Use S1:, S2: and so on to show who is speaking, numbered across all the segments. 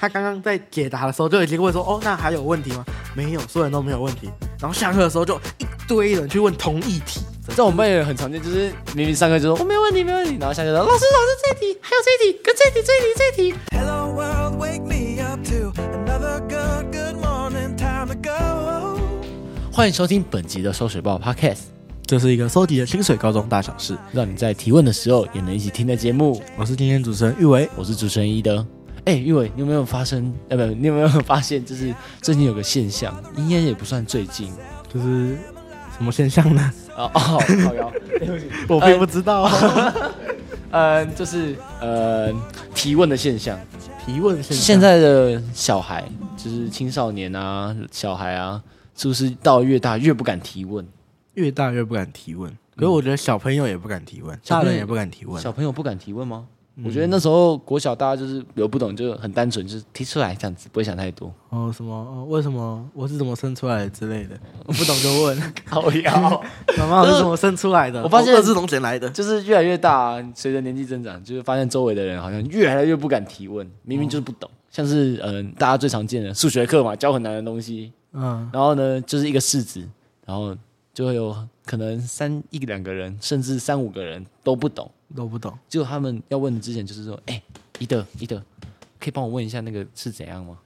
S1: 他刚刚在解答的时候就已经问说：“哦，那还有问题吗？”没有，所有人都没有问题。然后下课的时候就一堆人去问同一题，
S2: 这种妹也很常见，就是明明上课就说我、哦没有问题，没有问题，然后下课就说老师老师这一题，还有这一题，跟这一题这一题这一题。
S3: Hello world, wake me up to another good, good morning time to go.
S2: 欢迎收听本集的收水报 Podcast，
S1: 这是一个收集的清水高中大小事。
S2: 让你在提问的时候也能一起听的节目。
S1: 我是今天主持人玉维，
S2: 我是主持人一德。哎，玉伟，你有没有发生？呃，不，你有没有发现，就是最近有个现象，应该也不算最近
S1: 就是什么现象呢？
S2: 哦哦，好呀，对不起，
S1: 我并不知道。
S2: 嗯，就是呃，提问的现象。
S1: 提问现
S2: 现在的小孩，就是青少年啊，小孩啊，是不是到越大越不敢提问？
S1: 越大越不敢提问，可是我觉得小朋友也不敢提问，
S2: 小
S1: 大
S2: 朋友
S1: 人也不敢提问。
S2: 小朋友不敢提问嗯吗？我觉得那时候国小大家就是有不懂，就很单纯，就是提出来这样子，不会想太多。
S1: 哦，什么？哦为什么我是怎么生出来的之类的？我不懂就问
S2: 好呀，
S1: 妈妈，我是怎么生出来的？哦
S2: 我发现
S1: 我是怎么捡来的？
S2: 就是越来越大、随着年纪增长，就是发现周围的人好像越来越不敢提问，明明就是不懂。像是嗯、大家最常见的数学课嘛，教很难的东西，
S1: 嗯，
S2: 然后呢，就是一个式子，然后就会有可能三一两个人，甚至三五个人都不懂。
S1: 都不懂。
S2: 就他们要问的之前，就是说，哎、一德一德，可以帮我问一下那个是怎样吗？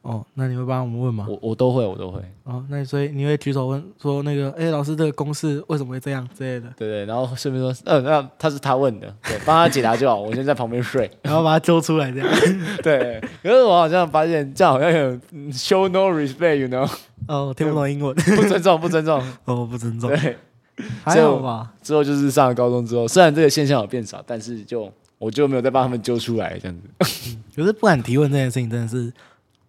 S1: 哦，那你会帮我们问吗？
S2: 我我都会，我都会，
S1: 哦，那所以你会举手问说那 个，哎，老师，这个公式为什么会这样之类的，
S2: 对对，然后顺便说，嗯、那他是他问 的，对，帮他解答就好，我先在旁边睡。
S1: 然后把它揪出来这样。
S2: 对，可是我好像发现这样好像有嗯 show no respect，you know，
S1: 哦，我听不懂英文，
S2: 不尊重，不尊重。
S1: 哦，不尊重。
S2: 对，
S1: 还有吧？
S2: 之后就是上了高中之后，虽然这个现象有变少，但是就我就没有再帮他们揪出来这样子。
S1: 可是不敢提问这件事情真的是，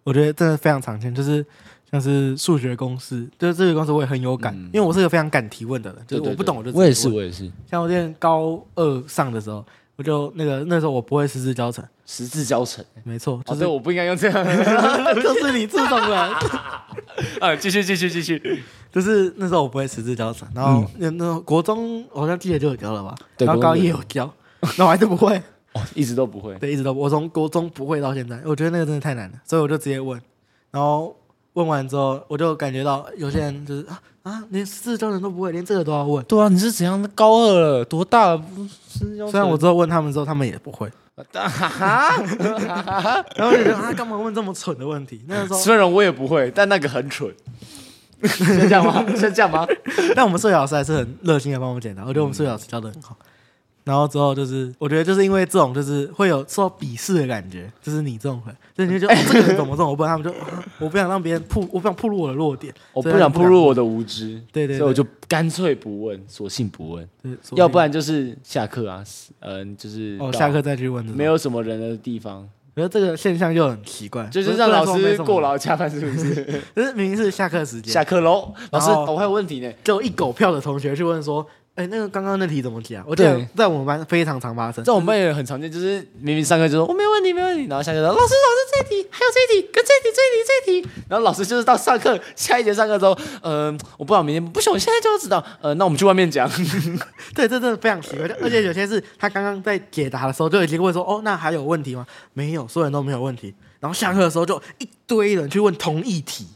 S1: 我觉得真的非常常见，就是像是数学公式，就是这个公式我也很有感，因为我是个非常敢提问的人，就是我不懂我就直接
S2: 我也是，
S1: 问
S2: 我也是
S1: 像我之前高二上的时候，我就那个那时候我不会十字交乘，
S2: 十字交成，
S1: 没错，
S2: 就、
S1: 就是是、
S2: 我不应该用这样。
S1: 就是你这种人，
S2: 啊，继续，继续，继续。
S1: 就是那时候我不会十字交乘，然后那那时候国中我好像记得就有教了吧，
S2: 对
S1: 然后
S2: 国中
S1: 高一也有教，然后我还是不会，
S2: 哦，一直都不会。
S1: 对，一直都不我从国中不会到现在，我觉得那个真的太难了，所以我就直接问，然后问完之后，我就感觉到有些人就是啊啊，连十字交乘都不会，连这个都要问。
S2: 对啊，你是怎样？高二了，多大了？不是
S1: 虽然我之后问他们之后，他们也不会，然后我就觉得啊，干嘛问这么蠢的问题？那个时候，
S2: 虽然我也不会，但那个很蠢。是这样 吗？是这样吗？
S1: 但我们数学老师还是很热心的帮我们解答，我觉得我们数学老师教的很好。然后之后就是，我觉得就是因为这种就是会有受到鄙视的感觉，就是你这种人，就是你就觉得、哦、这个人怎么这么，我不然他们就、啊我不想让别人曝，我不想暴露我的弱点，
S2: 我不
S1: 所以他
S2: 想
S1: 们
S2: 暴露我的无知，
S1: 对对对
S2: 所以我就干脆不问，索性不问，
S1: 敢，对
S2: 要不然就是下课啊，嗯、就是
S1: 哦
S2: 到
S1: 下课再去问这种，
S2: 没有什么人的地方，
S1: 可是这个现象就很奇怪，
S2: 就是
S1: 不
S2: 让
S1: 啊不能
S2: 老
S1: 说没
S2: 师
S1: 什么
S2: 过，劳加班，是不是？
S1: 就是明明是下课时间，
S2: 下课喽，老
S1: 然
S2: 师，哦
S1: 后
S2: 我还有问题呢。
S1: 就有一狗票的同学去问说，哎，那个刚刚那题怎么解啊？我记得
S2: 对
S1: 在我们班非常常发生
S2: 这，种妹也很常见，就是明明上课就说我哦没有问题，没有问题，然后下课说老师，老师这一题，还有这一题，跟这一题，这一题，这一题，然后老师就是到上课下一节上课之后，嗯、我不知道明天不行，我现在就要知道，呃，那我们去外面讲。
S1: 对，这真的非常奇怪，就而且有些是他刚刚在解答的时候就已经问说，哦，那还有问题吗？没有，所有人都没有问题。然后下课的时候就一堆人去问同一题，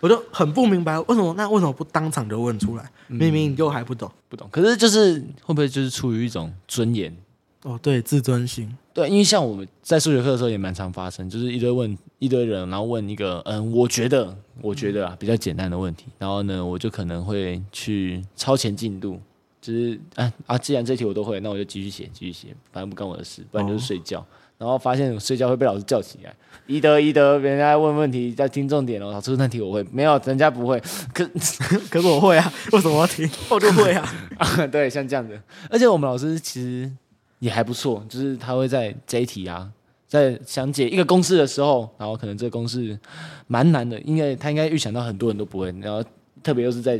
S1: 我就很不明白为什么那为什么不当场就问出来？明明你就还不懂。
S2: 不懂，可是就是会不会就是出于一种尊严？
S1: 哦，对，自尊心，
S2: 对，因为像我们在数学课的时候也蛮常发生，就是一堆问一堆人，然后问一个嗯，我觉得我觉得啊比较简单的问题，然后呢，我就可能会去超前进度，就是啊啊，既然这题我都会，那我就继续写继续写，反正不干我的事，不然就是睡觉。然后发现我睡觉会被老师叫起来，一德一德，人家问问题要听重点哦。老师那题我会，没有人家不会， 可
S1: 可是我会啊，为什么要 听？我就会啊。
S2: 啊，对，像这样的。而且我们老师其实也还不错，就是他会在这一题啊，在讲解一个公式的时候，然后可能这个公式蛮难的，因为他应该预想到很多人都不会，然后特别又是在。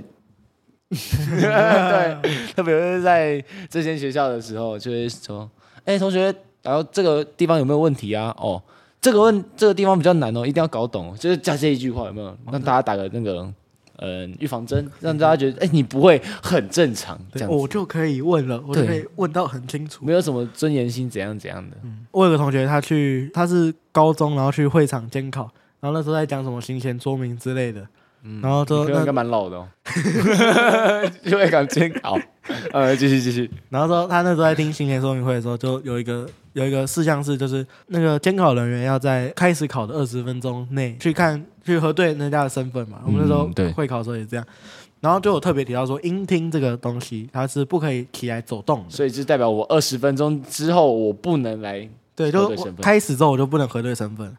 S2: 对，特别是在这间学校的时候，就会说：“哎、同学，然后这个地方有没有问题啊？哦，这个问这个地方比较难哦，一定要搞懂哦。”就是加这一句话有没有？让大家打个那个嗯、预防针，让大家觉得哎、你不会很正常这
S1: 对
S2: 样
S1: 我
S2: 子，
S1: 就可以问了，我就
S2: 对
S1: 可以问到很清楚。
S2: 没有什么尊严心怎样怎样的。
S1: 我有个同学，他去他是高中，然后去会场监考，然后那时候在讲什么行前说明之类的，然后
S2: 你
S1: 说
S2: 朋友应该
S1: 那
S2: 蛮老的哦， 就会敢监考。 呃，继续继续，
S1: 然后说他那时候在听行前说明会的时候，就有一个有一个事项是，就是那个监考人员要在开始考的二十分钟内去看去核对人家的身份嘛。我们那时
S2: 嗯对
S1: 候会考的时候也是这样，然后就有特别提到说，音听这个东西它是不可以起来走动的，
S2: 所以就代表我二十分钟之后我不能来。
S1: 对，
S2: 核
S1: 就
S2: 对身
S1: 我
S2: 份
S1: 开始之后我就不能核对身份。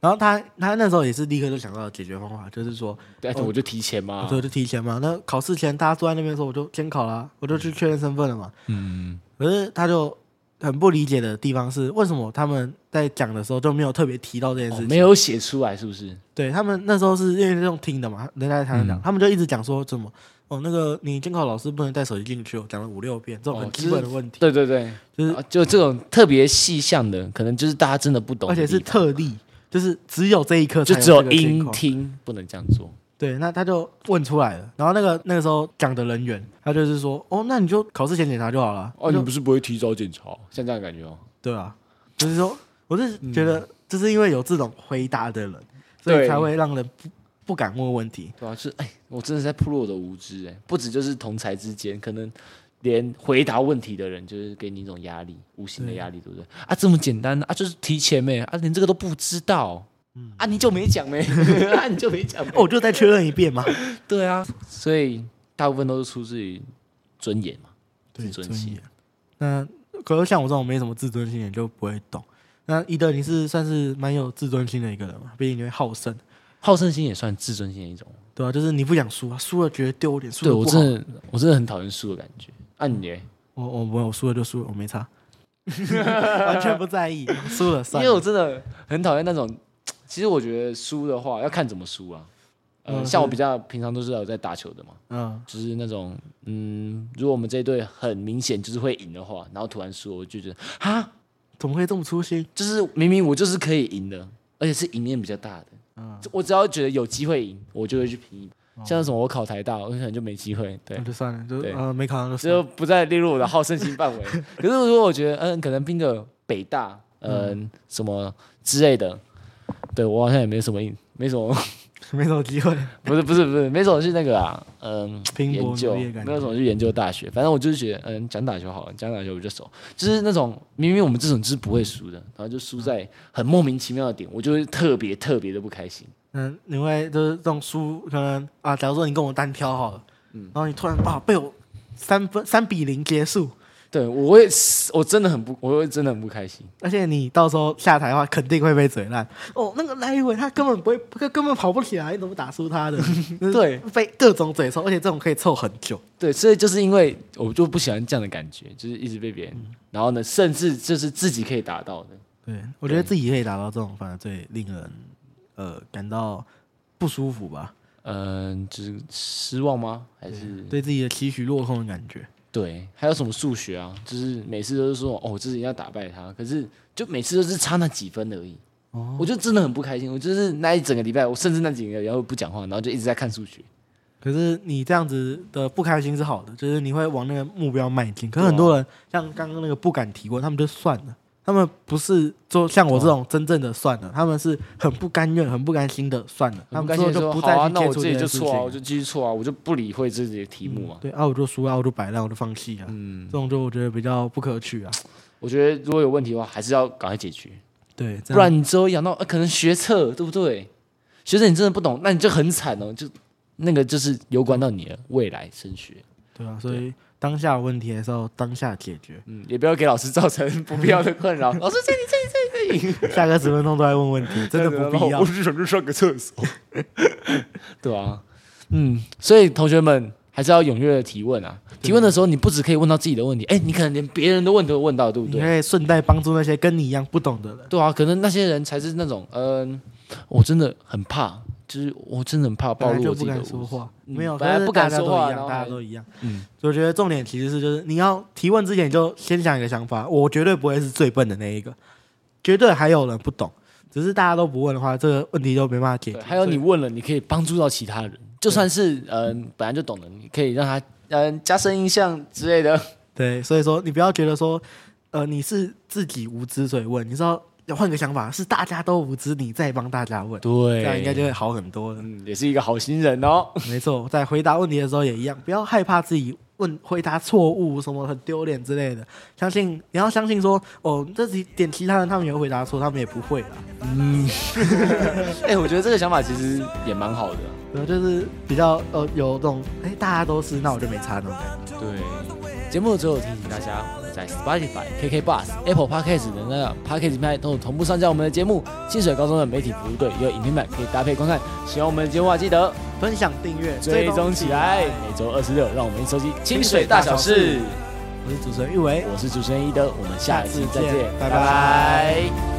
S1: 然后他他那时候也是立刻就想到解决方法，就是说
S2: 对，我就提前嘛。
S1: 哦所以我就提前嘛。那考试前大家坐在那边的时候，我就监考啦、我就去确认身份了嘛。
S2: 嗯，
S1: 可是他就很不理解的地方是，为什么他们在讲的时候就没有特别提到这件事
S2: 哦
S1: 情？
S2: 没，有写出来是不是？
S1: 对他们那时候是因为是用听的嘛，人家在台上讲，
S2: 嗯
S1: 他们就一直讲说怎么哦，那个你监考老师不能带手机进去哦，讲了五六遍这种
S2: 哦
S1: 很
S2: 就
S1: 基
S2: 是
S1: 本的问题，
S2: 对对对，
S1: 就是
S2: 啊就这种特别细项的，可能就是大家真的不懂的
S1: 而
S2: 地
S1: 且
S2: 方，
S1: 是特例，就是只有这一刻
S2: 就
S1: 才
S2: 只有
S1: 这个情
S2: 音
S1: 况
S2: 听不能这样做。
S1: 对，那他就问出来了，然后那个那个时候讲的人员，他就是说哦，那你就考试前检查就好了。我就
S2: 哦不是不会提早检查，像这样的感觉哦。
S1: 对啊，就是说，我是觉得，就是因为有这种回答的人，所
S2: 对
S1: 以才会让人不不敢问问题。
S2: 对啊，就是哎，我真的在暴露我的无知哎，不止就是同才之间，可能连回答问题的人，就是给你一种压力，无形的压力，对不对？啊，这么简单啊，就是提前没啊，连这个都不知道，
S1: 嗯
S2: 啊，你就没讲没， 啊，你就没讲没，
S1: 哦，我就再确认一遍嘛。
S2: 对啊，所以大部分都是出自于尊严嘛，自尊心。。
S1: 那可是像我这种没什么自尊心的，就不会懂。那伊德，你是算是蛮有自尊心的一个人嘛？毕竟你会好胜，
S2: 好胜心也算自尊心的一种。
S1: 对吧、啊？就是你不想输啊，输了觉得丢脸，输
S2: 对
S1: 了
S2: 我
S1: 不好。
S2: 真的，我真的很讨厌输的感觉。啊，你嘞？
S1: 我我我我输了就输了，我没差，完全不在意，输了
S2: 因
S1: 算
S2: 为我
S1: 了。
S2: 真的很讨厌那种，其实我觉得输的话要看怎么输啊。呃，
S1: 嗯
S2: 像我
S1: 是
S2: 比较平常都是有在打球的嘛，
S1: 嗯，
S2: 就是那种，嗯，如果我们这一队很明显就是会赢的话，然后突然输，我就觉得啊，
S1: 怎么会这么粗心？
S2: 就是明明我就是可以赢的，而且是赢面比较大的，
S1: 嗯，哦
S2: 我只要觉得有机会赢，我就会去拼。像什么我考台大，我可能就没机会，对
S1: 那，就算了，就
S2: 对
S1: 呃没考上 就算
S2: 就
S1: 了。
S2: 不再列入我的好胜心范 围。可是如果我觉得，嗯，可能拼个北大，嗯，什么之类的，对我好像也没什么印，没什么，
S1: 没什么机会。
S2: 不是不是不是，没什么去那个啊，嗯，
S1: 拼搏
S2: 研究，
S1: 努力的感觉
S2: 没有什么去研究大学。反正我就是觉得，嗯，讲打球好了，讲打球比较熟，就是那种明明我们这种就是不会输的，然后就输在很莫名其妙的点，我就会特别特别的不开心。
S1: 嗯，你会就是这种输，可能啊，假如说你跟我单挑好了，然后你突然啊被我三分三比零结束，
S2: 对，我会，我真的很不，我会真的很不开心。
S1: 而且你到时候下台的话，肯定会被嘴烂。哦，那个赖一伟他根本不会，他根本跑不起来，你怎么打输他 的？就是
S2: 对
S1: 被各种嘴臭，而且这种可以臭很久。
S2: 对，所以就是因为我就不喜欢这样的感觉，就是一直被别人，
S1: 嗯
S2: 然后呢，甚至就是自己可以达到的，
S1: 对，我觉得自己可以达到这种，反而最令人呃感到不舒服吧，
S2: 嗯、就是失望吗？还是
S1: 对自己的期许落空的感觉。
S2: 对？还有什么数学啊？就是每次都是说哦，这是一定要打败他，可是就每次都是差那几分而已。
S1: 哦
S2: 我就真的很不开心，我就是那一整个礼拜，我甚至那几个礼拜我不讲话，然后就一直在看数学。
S1: 可是你这样子的不开心是好的，就是你会往那个目标迈进。可是
S2: 对啊
S1: 很多人、像刚刚那个不敢提过，他们就算了，他们不是做像我这种真正的算了，他们是很不甘愿、很不甘心的算了，他
S2: 很不
S1: 们
S2: 开
S1: 之后
S2: 心
S1: 就
S2: 说
S1: 不
S2: 好
S1: 再
S2: 啊，
S1: 去
S2: 那
S1: 接
S2: 我
S1: 触
S2: 自
S1: 这
S2: 己就
S1: 件事
S2: 错啊，我
S1: 情。
S2: 就继续错啊，我就不理会这些题目嘛。
S1: 对啊，我就输啊，我就摆烂，我就放弃啊。
S2: 嗯
S1: 这种就我觉得比较不可取啊。
S2: 我觉得如果有问题的话，还是要赶快解决。
S1: 对，这
S2: 不
S1: 样
S2: 然你之后养到、呃、可能学测对不对？学测你真的不懂，那你就很惨哦，就那个就是有关到你的未来升学，，
S1: 对啊，所以当下有问题的时候当下解决
S2: 嗯，也不要给老师造成不必要的困扰。老 师这里这里这里这里，
S1: 下个十分钟都在问问题，真的不 必要
S2: 我。只想去上个厕所， 对啊，嗯，所以同学们还是要踊跃的提问啊！提问的时候，你不只可以问到自己的问题，哎，你可能连别人的问题都问到，对不
S1: 你
S2: 对？
S1: 可以顺带帮助那些跟你一样不懂的人。
S2: 对啊，可能那些人才是那种，嗯、我真的很怕，就是我真的很怕
S1: 本
S2: 暴
S1: 来
S2: 露
S1: 就
S2: 我自
S1: 不
S2: 己的
S1: 敢
S2: 无
S1: 说
S2: 知
S1: 话，
S2: 嗯
S1: 没有，
S2: 本来
S1: 但是
S2: 不敢
S1: 大家
S2: 说
S1: 都一
S2: 话
S1: 样
S2: 然后
S1: 大家
S2: 还
S1: 都一样。
S2: 嗯，
S1: 所以我觉得重点其实是就是你要提问之前，你就先想一个想法，我绝对不会是最笨的那一个，绝对还有人不懂，只是大家都不问的话，这个问题就没办法解决
S2: 对，。还有
S1: 所以
S2: 你问了，你可以帮助到其他人，就算是呃本来就懂的，你可以让他嗯、呃加深印象之类的。
S1: 对，所以说你不要觉得说，呃，你是自己无知所以问，你知道要换个想法，是大家都无知，你再帮大家问，
S2: 对
S1: 这样应该就会好很多。
S2: 嗯，也是一个好心人 哦。
S1: 没错，在回答问题的时候也一样，不要害怕自己问回答错误什么很丢脸之类的。相信你要相信说，哦，这几点其他人他们也会回答错，他们也不会啦。
S2: 哎、我觉得这个想法其实也蛮好的。
S1: 然后就是比较呃有这种，哎，大家都是，那我就没差那种感觉。
S2: 对，节目最后提醒大家，我们在 Spotify、KK Bus、Apple Podcast 等那个 Podcast 平台都有同步上架我们的节目。清水高中的媒体服务队也有影片版可以搭配观看。喜欢我们的节目啊，记得
S1: 分享、订阅、
S2: 追踪起来。每周二十六，让我们一起收集清水大小事。
S1: 我是主持人玉维，
S2: 我是主持人一德，我们下次再
S1: 下次
S2: 见
S1: 见，
S2: 拜
S1: 拜
S2: 拜
S1: 拜